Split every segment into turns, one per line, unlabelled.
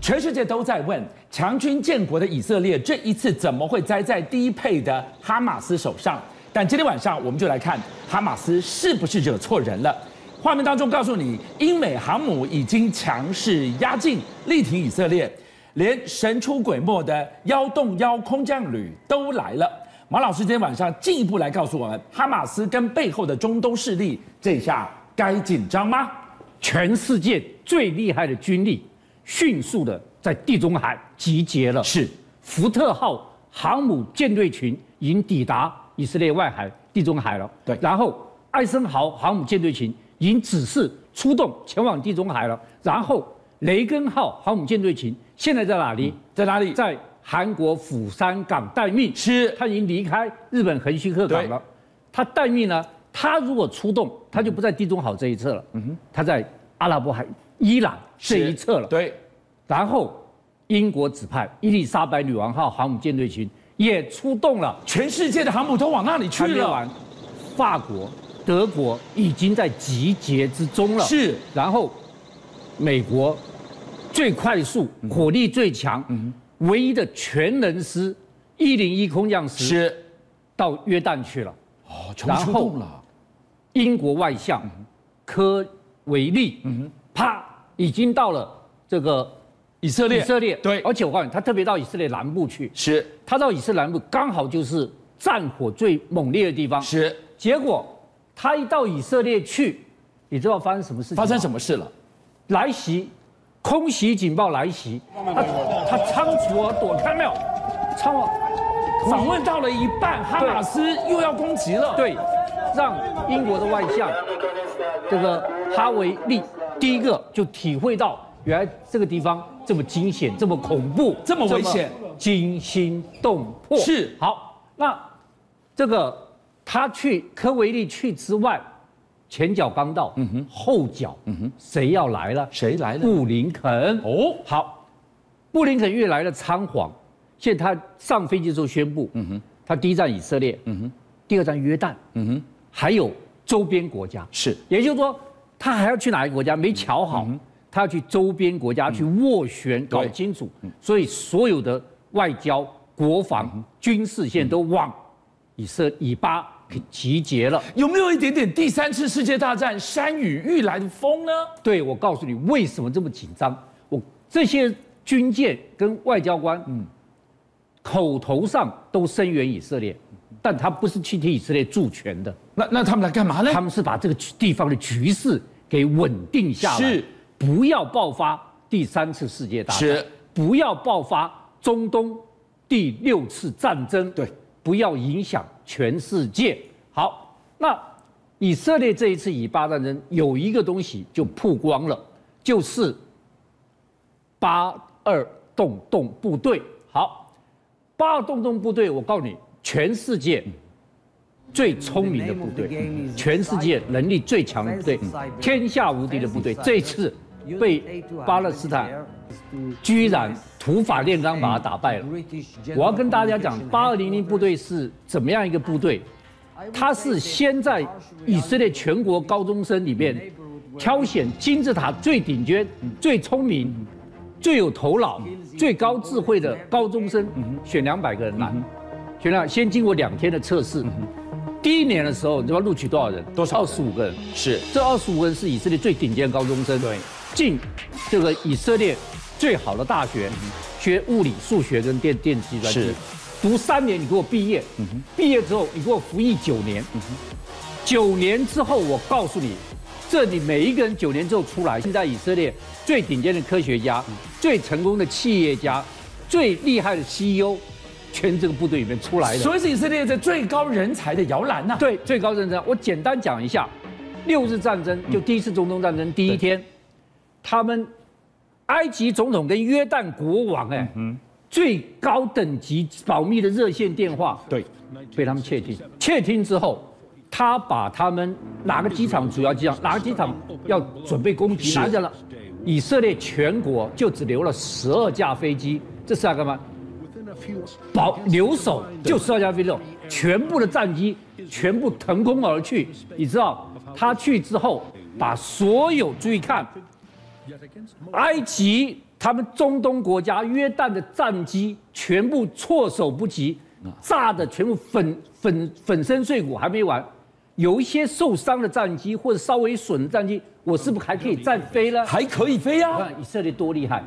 全世界都在问，强军建国的以色列这一次怎么会栽在低配的哈马斯手上？但今天晚上我们就来看哈马斯是不是惹错人了。画面当中告诉你，英美航母已经强势压境，力挺以色列，连神出鬼没的幺洞幺空降旅都来了。马老师今天晚上进一步来告诉我们，哈马斯跟背后的中东势力，这下该紧张吗？
全世界最厉害的军力迅速的在地中海集结了。
是，
福特号航母舰队群已经抵达以色列外海地中海了。
对
然后艾森豪航母舰队群已经指示出动前往地中海了。然后雷根号航母舰队群现在在哪里？
在哪里？
在韩国釜山港待命。
是
他已经离开日本横须贺港
对
了。他待命呢，他如果出动，他就不在地中海这一侧了，
嗯
他在阿拉伯海、伊朗这一侧了。
对，
然后，英国指派伊丽莎白女王号航母舰队群也出动了，
全世界的航母都往那里去
还没
了。
完，法国、德国已经在集结之中了。
是，
然后美国最快速、
嗯
火力最强、唯一的全能师一零一空降师
是，
到约旦去了。
哦，全出动了。
英国外相
嗯
科维利，啪，已经到了这个
以色列，
以色列，
对
而且我告诉你，他特别到以色列南部去，
是
他到以色列南部刚好就是战火最猛烈的地方，
是，
结果他一到以色列去，你知道发生什么事情？
发生什
么？
么事了？
来袭，空袭警报来袭，他他仓促而躲，看到没有？仓皇。
嗯访问到了一半，哈马斯又要攻击了。，
对，让英国的外相这个哈维利第一个就体会到，原来这个地方这么惊险、这么恐怖、
这么危险、
惊心动魄。
是
好，那这个他去科维利去之外，前脚刚到，
嗯
后脚，谁要来了？
谁来了？
布林肯。
哦，
好，布林肯越来越仓皇，现在他上飞机之后宣布，嗯哼，他第一站以色列，嗯哼，第二站约旦，嗯哼，还有周边国家，
是
也就是说，他还要去哪一个国家没瞧好，他要去周边国家去斡旋，搞清楚，所以所有的外交、国防、军事线都往以色以巴给集结了。
有没有一点点第三次世界大战山雨欲来的风呢？
对，我告诉你为什么这么紧张。我这些军舰跟外交官，嗯，口头上都声援以色列，但他不是去替以色列助权的，
那那他们来干嘛呢
他？们是把这个局地方的局势给稳定下来，
是
不要爆发第三次世界大战，
是
不要爆发中东第六次战争，
对，
不要影响全世界。好，那以色列这一次以巴战争有一个东西就曝光了，就是八二洞洞部队。好，八二洞洞部队，我告诉你，全世界最聪明的部队，全世界能力最强的部队，天下无敌的部队，这一次被巴勒斯坦居然土法炼钢把他打败了。我要跟大家讲，八二零零部队是怎么样一个部队？它是先在以色列全国高中生里面挑选金字塔最顶尖、最聪明、最有头脑、最高智慧的高中生，选两百个人来，选了先经过两天的测试。第一年的时候，你知道录取多少人？
多少
二十五个人。
是
这二十五人是以色列最顶尖的高中生，
对，
进这个以色列最好的大学，学物理、数学跟电电机专
嗯是嗯
业，读三年，你给我毕业，毕业之后你给我服役九年，九年之后我告诉你，这里每一个人九年之后出来，现在以色列最顶尖的科学家、
嗯
最成功的企业家、最厉害的 CEO，全这个部队里面出来的，
所以是以色列的最高人才的摇篮啊呐、
对，最高战争，我简单讲一下，六日战争就第一次中东战争第一天，他们埃及总统跟约旦国王哎，最高等级保密的热线电话
对，
被他们窃听，窃听之后。他把他们哪个机场主要机场，哪个机场要准备攻击，
是
拿下了。以色列全国就只留了十二架飞机，这是要干嘛？保留守就十二架飞机，全部的战机全部腾空而去。你知道他去之后，把所有注意看，埃及、他们中东国家约旦的战机全部措手不及，炸的全部粉粉粉身碎骨，还没完。有一些受伤的战机或者稍微损的战机，我是不是还可以再飞呢？
还可以飞
你
啊！
看以色列多厉害，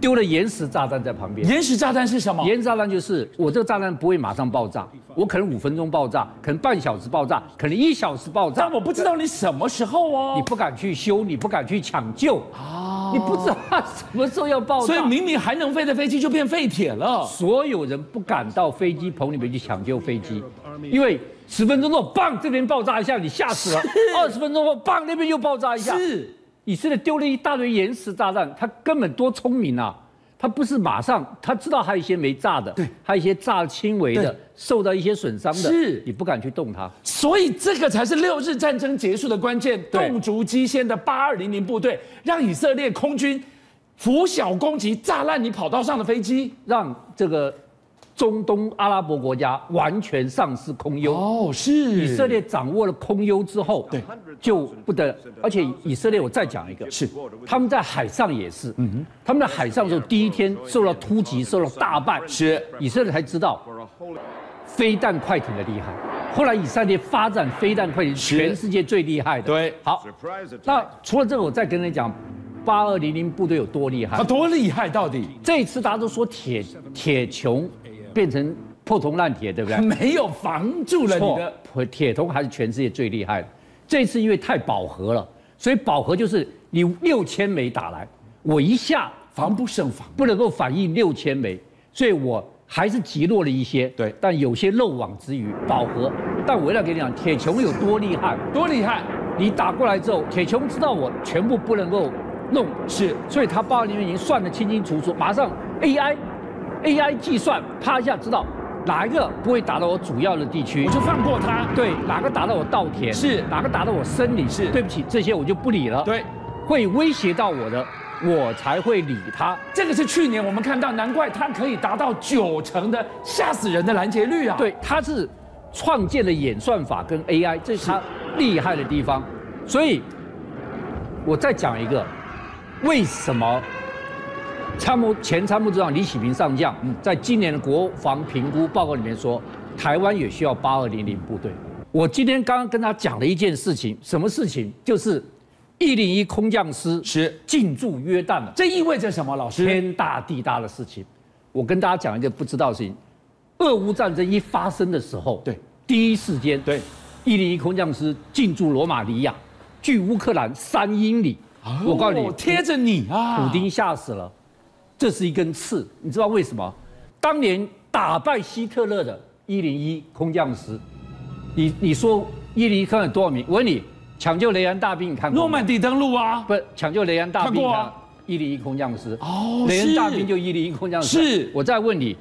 丢了岩石炸弹在旁边。
延时炸弹是什么？
原子炸弹就是我这个炸弹不会马上爆炸，我可能五分钟爆炸，可能半小时爆炸，可能一小时爆炸
但。我不知道你什么时候
你
哦。
不敢去修，你不敢去抢救啊，你不知道它什么时候要爆炸。
所以明明还能飞的飞机就变废铁了。
所有人不敢到飞机棚里面去抢救飞机，因为十分钟后，砰，这边爆炸一下，你吓死了；二十分钟后，砰，那边又爆炸一下。
是，
以色列丢了一大堆岩石炸弹，他根本多聪明啊！他不是马上，他知道还有一些没炸的，对，还有一些炸轻微的
对，
受到一些损伤的，
是
你不敢去动它。
所以这个才是六日战争结束的关键。
对
动足基线的八二零零部队让以色列空军拂晓攻击，炸烂你跑道上的飞机。
让这个中东阿拉伯国家完全丧失空优。
哦，是
以色列掌握了空优之后，
对
就不得。而且以色列，我再讲一个，
是
他们在海上也是，嗯他们在海上的时候，第一天受到突击，受到大败，
是
以色列才知道飞弹快艇的厉害。后来以色列发展飞弹快艇，
是
全世界最厉害的。
对
好，那除了这个，我再跟你讲，八二零零部队有多厉害
啊，。多厉害！到底
这一次大家都说铁铁穹变成破铜烂铁，对不对？
没有防住了你的，
错，铁铜还是全世界最厉害的。这次因为太饱和了，所以饱和就是你六千枚打来，我一下
防不胜防。
不能够反应六千枚，所以我还是击落了一些。
对
但有些漏网之鱼，饱和。但我要跟你讲，铁穹有多厉害，
多厉害！
你打过来之后，铁穹知道我全部不能够弄，
是
所以他报里面已经算得清清楚楚，马上 AI AI 计算，啪一下知道哪一个不会打到我主要的地区
我。就放过他。
对，哪个打到我稻田
是
哪个打到我森林
是
对不起，这些我就不理了。
对，
会威胁到我的，我才会理他。
这个是去年我们看到，难怪他可以达到九成的吓死人的拦截率啊。，
对，他是创建了演算法跟 AI，这是他厉害的地方。所以，我再讲一个，为什么参谋前参谋长李启平上将嗯在今年的国防评估报告里面说，台湾也需要八二零零部队。我今天刚刚跟他讲了一件事情，什么事情？就是一零一空降师
是
进驻约旦了。
这意味着什么？老师，
天大地大的事情。我跟大家讲一件不知道的事情：俄乌战争一发生的时候，
对，
第一时间，
对，
一零一空降师进驻罗马尼亚，距乌克兰三英里。我告诉你
哦，贴着你啊，
普丁吓死了，这是一根刺，你知道为什么？当年打败希特勒的一零一空降师，你你说一零一看了多少名？我问你，抢救雷安大兵你看过吗
诺曼底登陆啊，
不抢救雷安大兵
看过
啊
啊，
一零一空降师。
哦
雷恩大
是
兵就一零一空降师。
是
我再问你，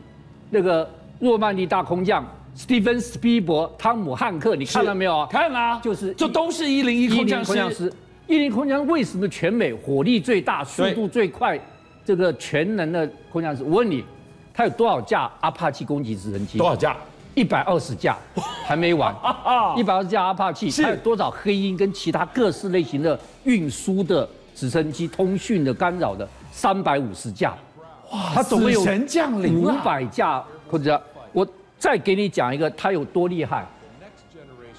那个诺曼底大空降斯蒂芬斯皮伯、汤姆汉克，你看了没有啊？
看啦、
就是
这都是一零一空降
101空降
师，
师，一零空降为什么全美火力最大、速度最快、这个全能的空降师？我问你，他有多少架阿帕奇攻击直升机？
多少架？
一百二十架，还没完。
啊
一百二十架阿帕奇，
是
还有多少黑鹰跟其他各式类型的运输的直升机、通讯的干扰的三百五十架，哇，它总共有
死神降临啊
五
了
百架或者我再给你讲一个，它有多厉害。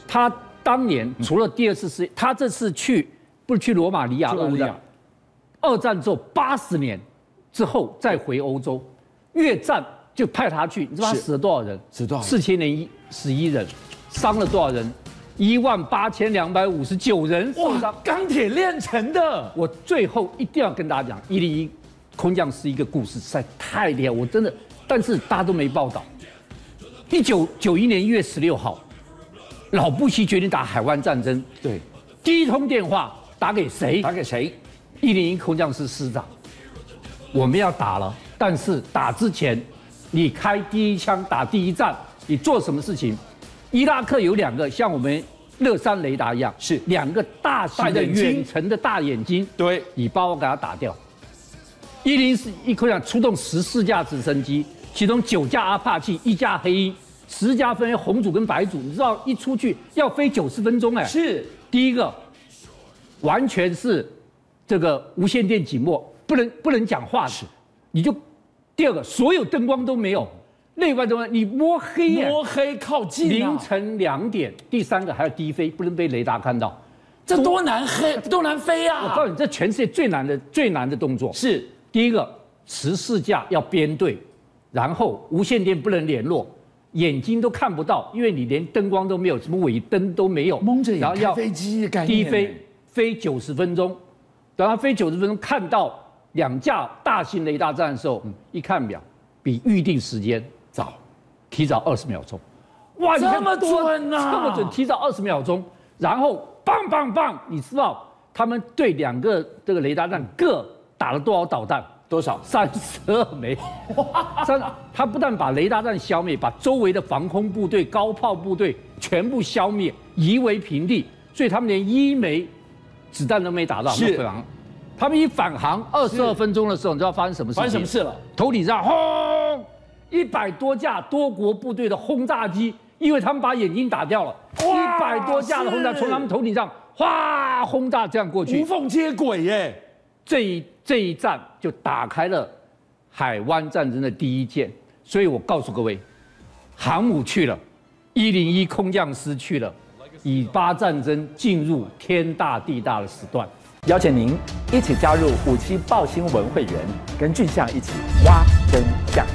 他当年除了第二次世界，他这次去不是去罗马尼亚、
嗯去
俄
罗马
乌
尼亚
的，二战之后八十年之后再回欧洲，越战就派他去，你知道他
是
死了多少人？
死多少人
四千零一十一人，伤了多少人？一万八千两百五十九人受
哇
伤。，
钢铁炼成的，
我最后一定要跟大家讲，一零一空降是一个故事，实在太厉害，我真的，但是大家都没报道。一九九一年一月十六号，老布希决定打海湾战争，
对，
第一通电话打给谁？
打给谁？
一零一空降师师长，我们要打了，但是打之前，你开第一枪打第一战，你做什么事情？伊拉克有两个像我们乐山雷达一样，
是
两个大型
大
的
眼睛
远程的大眼睛，
对，
你把我给它打掉。一零四一空降出动十四架直升机，其中九架阿帕奇，一架黑鹰，十架分为红组跟白组。你知道一出去要飞九十分钟哎，
是
第一个完全是这个无线电紧末，不能不能讲话的，你就第二个，所有灯光都没有，内外灯光你摸黑呀、
嗯摸黑靠近、啊，
凌晨两点，第三个还要低飞，不能被雷达看到。
这多难黑，多难飞
我
啊
告！诉你，这全世界最难的最难的动作
是
第一个，十四架要编队，然后无线电不能联络，眼睛都看不到，因为你连灯光都没有，什么尾灯都没有，
蒙着眼
然后
开
要
飞机的概念，
低飞，飞九十分钟，等他飞九十分钟，看到两架大型雷达站的时候，嗯一看表，比预定时间早，提早二十秒钟。哇
这
看
么
多
准啊
这么准，提早二十秒钟，然后棒棒棒，你知道他们对两个这个雷达站各打了多少导弹？
多少？
三十二枚，三，他不但把雷达站消灭，把周围的防空部队、高炮部队全部消灭，夷为平地，所以他们连一枚子弹都没打到。
是
他们反航，他们一返航二十二分钟的时候，你知道发生什么事？
发生什么事？了？
头顶上轰，一百多架多国部队的轰炸机，因为他们把眼睛打掉了，
哇
一百多架的轰炸
是嗯
从他们头顶上哗轰炸这样过去，
无缝接轨耶！
这一这一战就打开了海湾战争的第一箭。所以我告诉各位，航母去了，一零一空降师去了，以巴战争进入天大地大的时段。
邀请您一起加入五七报新闻会员，跟俊相一起挖真相。